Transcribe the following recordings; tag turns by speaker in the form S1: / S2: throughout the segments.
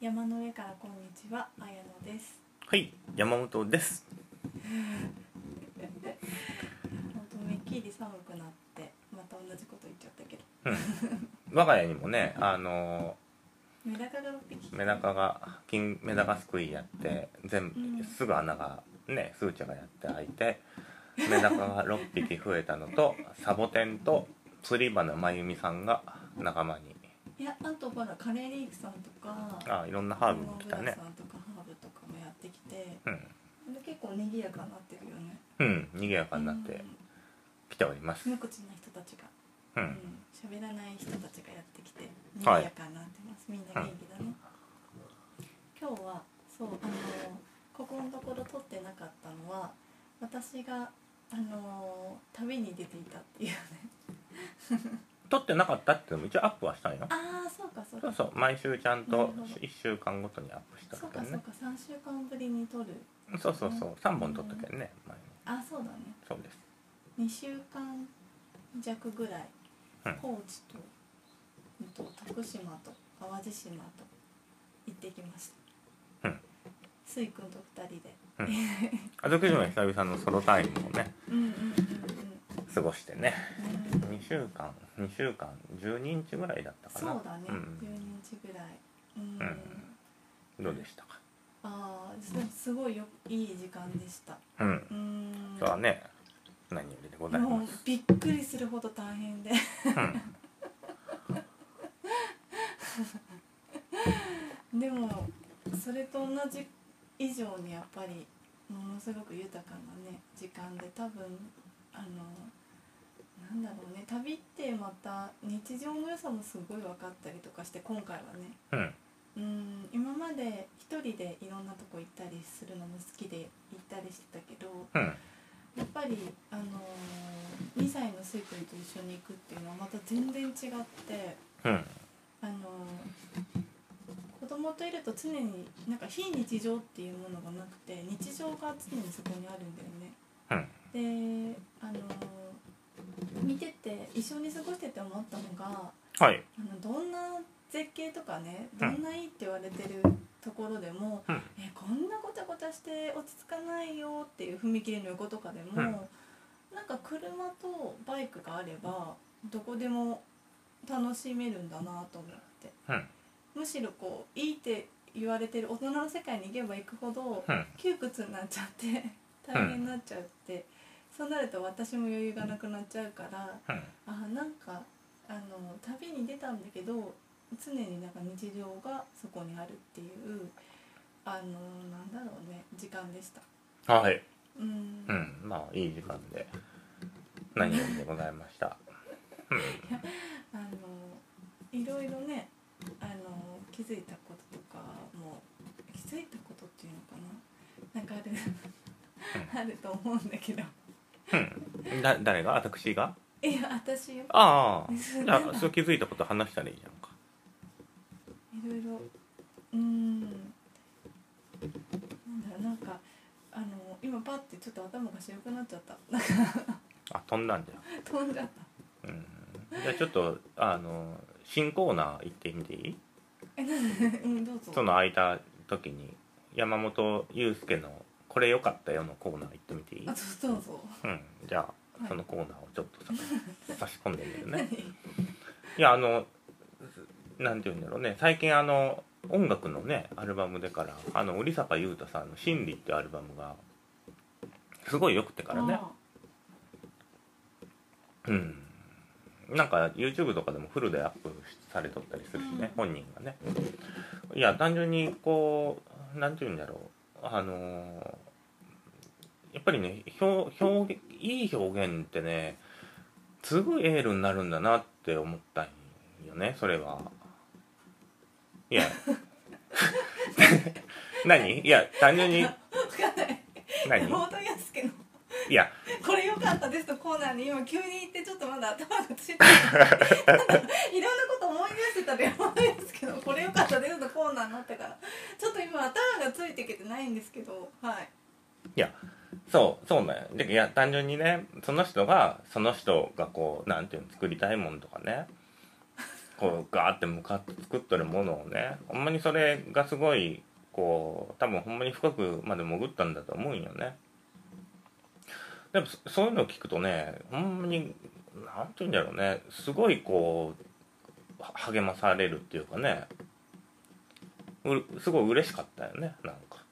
S1: 山の上からこんにちは、あやのです。
S2: はい、山本です。
S1: 本当めっきり寒くなって、また同じこと言っちゃったけど。
S2: 我が家にもね、あの
S1: メダカが六匹。
S2: ーメダ。カが金メダカすくいやって、全
S1: うん
S2: 部すぐ穴がね、スーちゃんがやって開いて、メダカが六匹増えたのと、サボテンと釣り花まゆみさんが仲間に、
S1: いや、あとほら、カレーリーフさんとか。
S2: あ、いろんなハーブも来た
S1: レモングラス
S2: ね。
S1: さんとか、ハーブとかもやってきて。
S2: うん、
S1: で結構賑やかになってるよね。
S2: うん、賑やかになって
S1: う
S2: きております
S1: ん。無。口な人たちが。う
S2: う
S1: ん
S2: ん、。
S1: 喋らない人たちがやってきて、
S2: は
S1: 賑
S2: い
S1: やかになってます。みんな元気だね。今日は、そう、あの、ここのところ撮ってなかったのは、私が、あの、旅に出ていたっていうね。
S2: 撮ってなかったっていうのも一応アップはしたんよ。
S1: ああ、そうか、そう
S2: そう
S1: か。
S2: そう、毎週ちゃん
S1: な
S2: と
S1: るほど
S2: 1週間ごとにアップした
S1: そう
S2: け
S1: か、
S2: ど
S1: そう
S2: ね。
S1: か、三週間ぶりに撮る。
S2: そうそうそう、3本撮ったけどね、前に。
S1: あ、そうだね。
S2: そうです。
S1: 二週間弱ぐらい
S2: うん
S1: 高知と,、うんと徳島と淡路島と行ってきました、
S2: うん
S1: スイ君と二人で
S2: あずき島久々のソロタイムをね
S1: うんうんうん
S2: 過ごしてね
S1: うんうん
S2: 2週間2週間12日ぐらいだったか
S1: そ
S2: な
S1: うだね、
S2: ん
S1: 12日ぐらいうん、
S2: うんどうでしたか
S1: ああすすごいよいい時間でした
S2: うん
S1: うん
S2: 今日はね何よりでござい
S1: も
S2: ま
S1: う
S2: す
S1: びっくりするほど大変で
S2: うん
S1: でもそれと同じ以上にやっぱりものすごく豊かなね時間で多分あのなんだろうね旅ってまた日常の良さもすごい分かったりとかして今回はねう
S2: うん
S1: ん今まで一人でいろんなとこ行ったりするのも好きで行ったりしてたけど
S2: うん
S1: やっぱり、あのー、2歳のスイ君と一緒に行くっていうのはまた全然違って。
S2: うん
S1: あの子供といると常になんか非日常っていうものがなくて日常が常にそこにあるんだよね。
S2: うん
S1: であの見てて一緒に過ごしてて思ったのが
S2: はい
S1: あのどんな絶景とかねどんないいって言われてるところでも、
S2: うん
S1: えこんなごちゃごちゃして落ち着かないよっていう踏切の横とかでも、
S2: うん
S1: なんか車とバイクがあればどこでも楽しめるんだなと思って
S2: うん
S1: むしろこういいって言われてる大人の世界に行けば行くほど
S2: うん
S1: 窮屈になっちゃって大変になっちゃって、そうなると私も余裕がなくなっちゃうから。
S2: うん
S1: あなんかあの旅に出たんだけど常になんか日常がそこにあるっていうあのなんだろうね時間でした
S2: はい
S1: うん、
S2: うんまあいい時間で何よりでございました
S1: あのいろいろねあの気づいたこととかも気づいたことっていうのかななんかあるあると思うんだけど
S2: うんだ誰が私が
S1: いや私よ
S2: ああじゃあそう気づいたこと話したらいいじゃんか
S1: いろいろうーんなんだろうなんかあの今パッてちょっと頭が白くなっちゃったなんか
S2: あ飛んだんだよ
S1: 飛んじゃっ
S2: うんじゃあちょっとあの新コーナー行ってみていい
S1: たえなんで うんどうぞ
S2: その空いた時に山本裕介の「これ良かったよ」のコーナー行ってみていい、
S1: あどうぞ
S2: うん、じゃあ、
S1: はい
S2: そのコーナーをちょっ とさ差し込んでみる
S1: 何
S2: ねいやあのなんて言うんだろうね最近あの音楽のねアルバムでからあの織坂優太さんの「心理」ってアルバムがすごい良くてからね
S1: あ
S2: うんなんか YouTube とかでもフルでアップされとったりするしね、本人がねいや単純にこうなんて言うんだろうあのーやっぱりね表表現いい表現ってねすぐエールになるんだなって思ったんよねそれはいや 何いや単純に
S1: わかんない
S2: 何
S1: 山本康介の
S2: いや
S1: 「これ良かったです」とコーナーに今急に行ってちょっとまだ頭がついて ないなんだろういろんなこと思い出してたら山本康介の「これ良かったです」とコーナーになったからちょっと今頭がついてきてないんですけどはい
S2: いやそうそうなんやでいや単純にねその人がその人がこうなんていうの作りたいもんとかねこうガーって向かって作ってるものをねほんまにそれがすごいこう多分ほんまに深くまで潜ったんだと思うんよねでもそそういうのを聞くとねほんまになんて言うんだろうねすごいこうは励まされるっていうかねうすごい嬉しかったよねなんか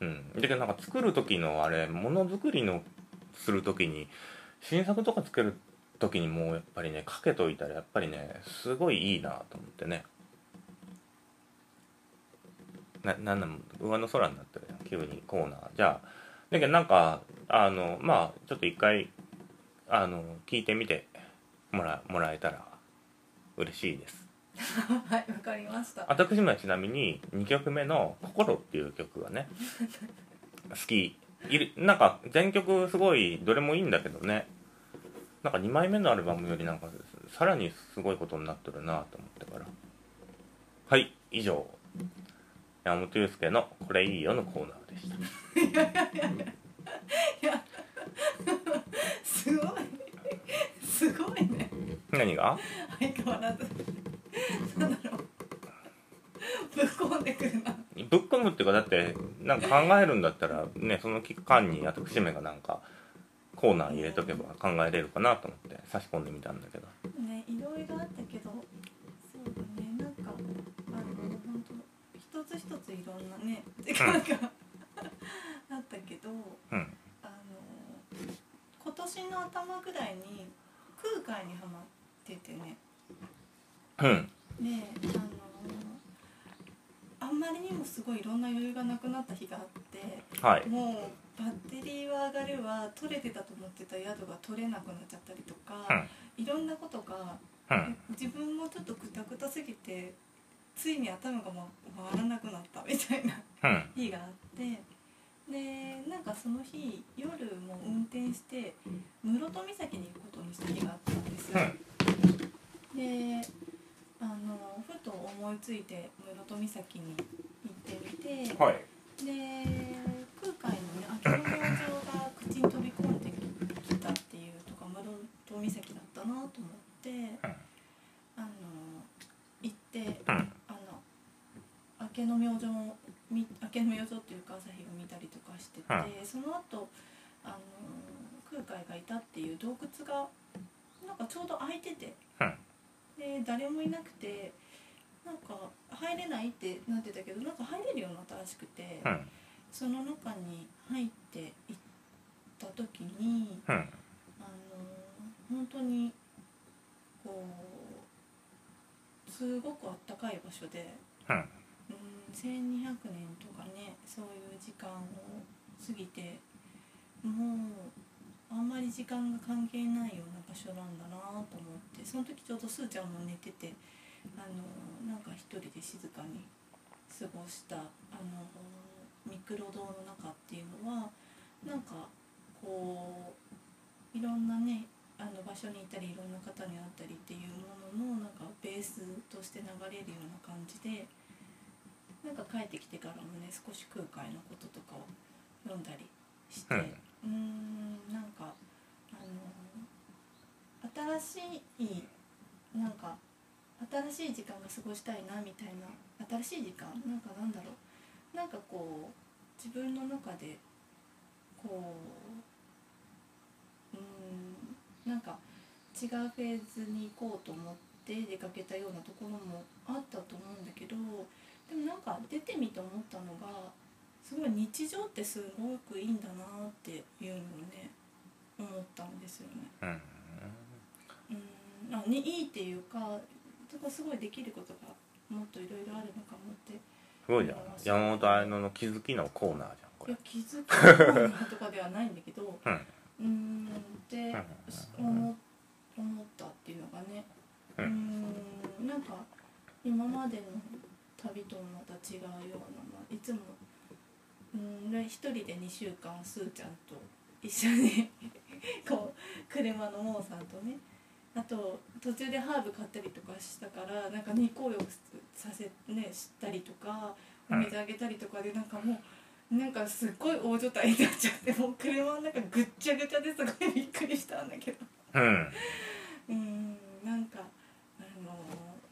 S2: うんだけどなんか作る時のあれものづくりのする時に新作とか作る時にもうやっぱりねかけといたらやっぱりねすごいいいなと思ってねななんなん上の空になってるやん急にコーナーじゃあだけどなんかあのまあちょっと一回あの聞いてみてもらもらえたら嬉しいです
S1: はいわかりました
S2: 私もちなみに2曲目の「心」っていう曲がね好きいるなんか全曲すごいどれもいいんだけどねなんか2枚目のアルバムよりなんかさらにすごいことになってるなと思ってからはい以上山本裕介の「これいいよ」のコーナーでした
S1: すごいすごいね
S2: 何が
S1: 相変わらずなんだろうぶっ込んでくるな
S2: ぶっ込むっていうかだってなんか考えるんだったらねその期間に私めがなんかコーナー入れとけば考えれるかなと思って差し込んでみたんだけど
S1: ねいろいろあったけどそうだねなんかあの本当一つ一ついろんなね時間が あったけど
S2: うん
S1: あの今年の頭ぐらいに空海にハマっててね
S2: うん
S1: であのあんまりにもすごいいろんな余裕がなくなった日があって
S2: はい
S1: もうバッテリーは上がるわ取れてたと思ってた宿が取れなくなっちゃったりとか、いろんなことが
S2: うん
S1: 自分もちょっとグタグタすぎてついに頭が回らなくなったみたいな
S2: うん
S1: 日があってでなんかその日夜も運転して室戸岬に行くことにした日があったんですよ。であのふと思いついて室戸岬に行ってみて。
S2: はい
S1: で空海のね秋の明星が口に飛び込んできたっていうとか室戸岬だったなと思って、あの行って
S2: う
S1: あ
S2: ん
S1: の明けの明星もみ明けの明星っていうか朝日を見たりとかしてて、
S2: う
S1: その後あの空海がいたっていう洞窟がなんかちょうど空いてて、
S2: うん
S1: で誰もいなくてなんか入れないってなってたけどなんか入れるようになったらしくて、
S2: うん
S1: その中に入っていった時に
S2: うん
S1: あの本当にこうすごくあったかい場所で。
S2: うん
S1: うん1200年とかねそういう時間を過ぎてもうあんまり時間が関係ないような場所なんだなと思ってその時ちょうどすーちゃんも寝ててあのなんか一人で静かに過ごしたあのミクロ堂の中っていうのはなんかこういろんなねあの場所にいたりいろんな方に会ったりっていうもののなんかベースとして流れるような感じでなんか帰ってきてからもね少し空海のこととかを読んだりして、
S2: うん
S1: うーんなんかあの新しいなんか新しい時間が過ごしたいなみたいな新しい時間なんかなんだろうなんかこう自分の中でこううーんなんか違うフェーズに行こうと思って出かけたようなところもあったと思うんだけどでもなんか出てみて思ったのがすごい日常ってすごくいいんだなっていうのをね思ったんですよね。
S2: うん
S1: うんあにいいっていうかそこすごいできることがもっといろいろあるのかもって
S2: すごいじゃん山本彩乃の気づきのコーナーじゃんこ
S1: い
S2: れ
S1: や気づきのコーナーとかではないんだけど
S2: うん
S1: うーんって
S2: うん
S1: 思思ったっていうのがねう
S2: う
S1: ー
S2: ん
S1: んなんか今までの旅ともまた違うような、まあ、いつもうんで一人で2週間すーちゃんと一緒にこう車のモーさんとねあと途中でハーブ買ったりとかしたからなんか日光浴させね知ったりとかお水あげたりとかでなんかもうなんかすっごい大所帯になっちゃってもう車の中ぐっちゃぐちゃですごいびっくりしたんだけど
S2: うん
S1: うーんなんかあの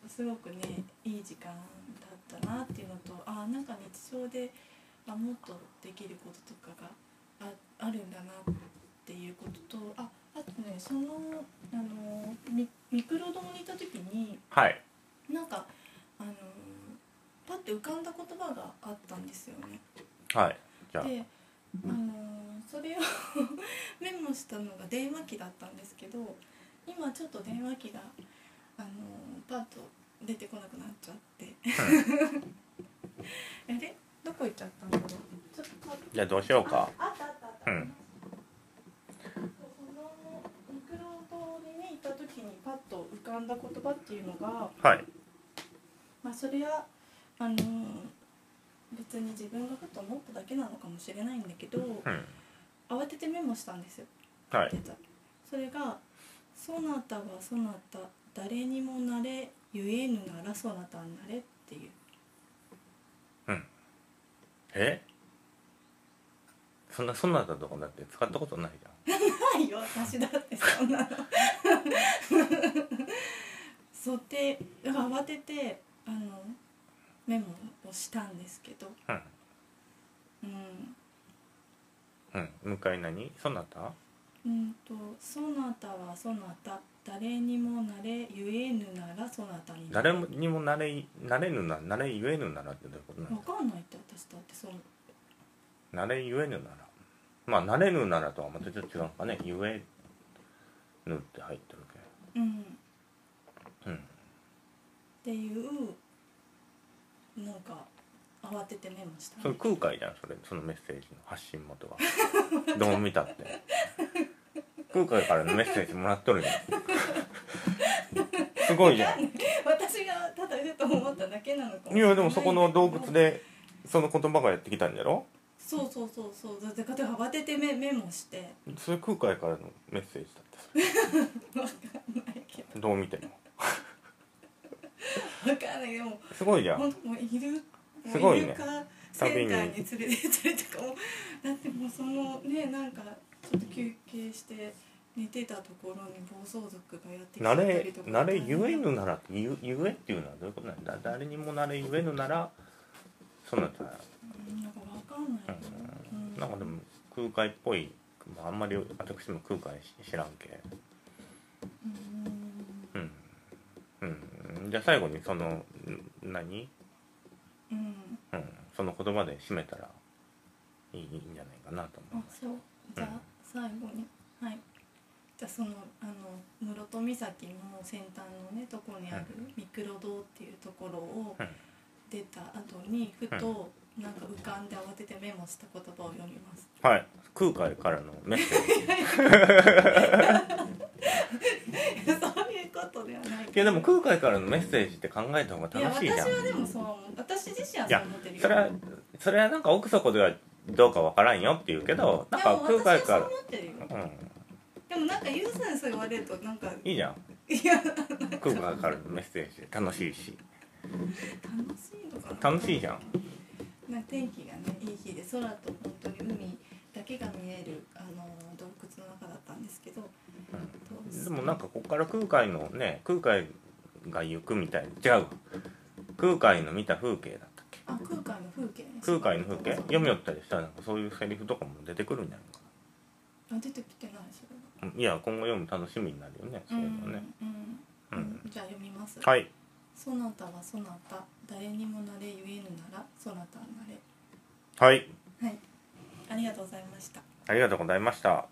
S1: すごくねいい時間だったなっていうのとあなんか日常であもっとできることとかがああるんだなっていうこととああとねそのあのミミクロ堂にいた時に
S2: はい
S1: なんかあのパッて浮かんだ言葉があったんですよね。
S2: はいじゃ
S1: であのそれをメモしたのが電話機だったんですけど今ちょっと電話機があのパッと出てこなくなっちゃ ってあれどこ行っちゃったんだろうちょっと待って
S2: じゃあどうしようか
S1: ああったあったあった、
S2: うん
S1: そうそのミクロ通りに行った時にパッと浮かんだ言葉っていうのが
S2: はい
S1: まあそれはあの別に自分がふと思っただけなのかもしれないんだけど、
S2: うん
S1: 慌ててメモしたんですよ
S2: はい
S1: 出たそれが「そなたはそなた誰にもなれゆえぬならそなたになれ」っていう
S2: えそんなそんなだとかだって使ったことないじ
S1: ないよ私だってそんなの そうで慌ててあのメモをしたんですけど
S2: ゃん
S1: うん
S2: うんうん向かい何そなた
S1: うんと「そなたはそなた誰にもなれゆえぬならそなたになれ
S2: 誰」にもなれなれぬななれゆえぬならってどういうことな
S1: わ
S2: の
S1: かんないって私だってそう
S2: なれゆえぬならまあなれぬならとはまたちょっと違うのかねゆえぬって入ってる
S1: うん
S2: けどうん
S1: っていうなんか慌ててメモした
S2: それ空海じゃんそれそのメッセージの発信元がどう見たって空海からのメッセージもらっとるじゃんすごいじゃん
S1: 私がただふと思っただけなのかもしれない
S2: いやでもそこの洞窟でその言葉がやってきたんじゃろ
S1: そうそうそうそうだってだって慌ててメメモして
S2: それ空海からのメッセージだって
S1: わかんないけ
S2: それどう見ても
S1: どわかんないでも
S2: すごいじゃ
S1: ほん
S2: ん
S1: ともういる
S2: すごいね
S1: もうるか
S2: 旅
S1: セン
S2: に
S1: ターに連れてったりとかもだってもうそのねなんかちょっと休憩して寝てたところに暴走族がやってきちゃ
S2: な
S1: った
S2: れ
S1: りとか
S2: なれゆえぬならってゆゆえっていうのはどういうことなんだ誰にもなれゆえぬならそんなんじゃない
S1: うんなんかわかんないけどうん
S2: なんかでも空海っぽいまああんまり私も空海し知らんけ
S1: うん
S2: うん、うん、じゃあ最後にそのん何、
S1: うん
S2: うん、その言葉で締めたらいいいいんじゃないかなと
S1: あ
S2: 思う
S1: そうじゃあ最後に、はいじゃあそのあの室戸岬の先端のねとこにある
S2: うん
S1: ミクロ堂っていうところを
S2: うん
S1: 出た後にふとなんか浮かんで慌ててメモした言葉を読み ます
S2: はい空海からのメッセージ
S1: そういうことではない
S2: いやでも空海からのメッセージって考えた方が
S1: いや
S2: 楽しいじゃん
S1: 私はでもそう思う私自身はいそう
S2: や
S1: 思ってるよ
S2: それはそれはなんか奥底ではどうかわからんよって言うけどなん
S1: で
S2: か
S1: も
S2: 空
S1: 私
S2: 海
S1: はそう
S2: か
S1: 思ってるよ
S2: らうん
S1: でもなんかユウさんにそう言われるとなんか
S2: いいじゃん
S1: いや楽
S2: 空海からのメッセージ楽しいし
S1: しいのかな
S2: 楽しいじゃん
S1: なんか天気がねいい日で空と本当に海だけが見えるあの洞窟の中だったんですけど、
S2: うんでもなんかここから空海のね空海が行くみたい違うわ空海の見た風景だったっけ
S1: あ空海の風景ね
S2: 空海の風
S1: そ
S2: 景
S1: う
S2: 読み寄ったりしたらなんかそういうセリフとかも出てくるんじゃないか
S1: あ出てきてないそれは
S2: なうんいや今後読む楽しみになるよねそういうのね
S1: うんう
S2: う
S1: んん、じゃあ読みますい
S2: はい
S1: そなたはそなた誰にもなれゆえぬならそなたになれ
S2: はい
S1: はいありがとうございました
S2: ありがとうございました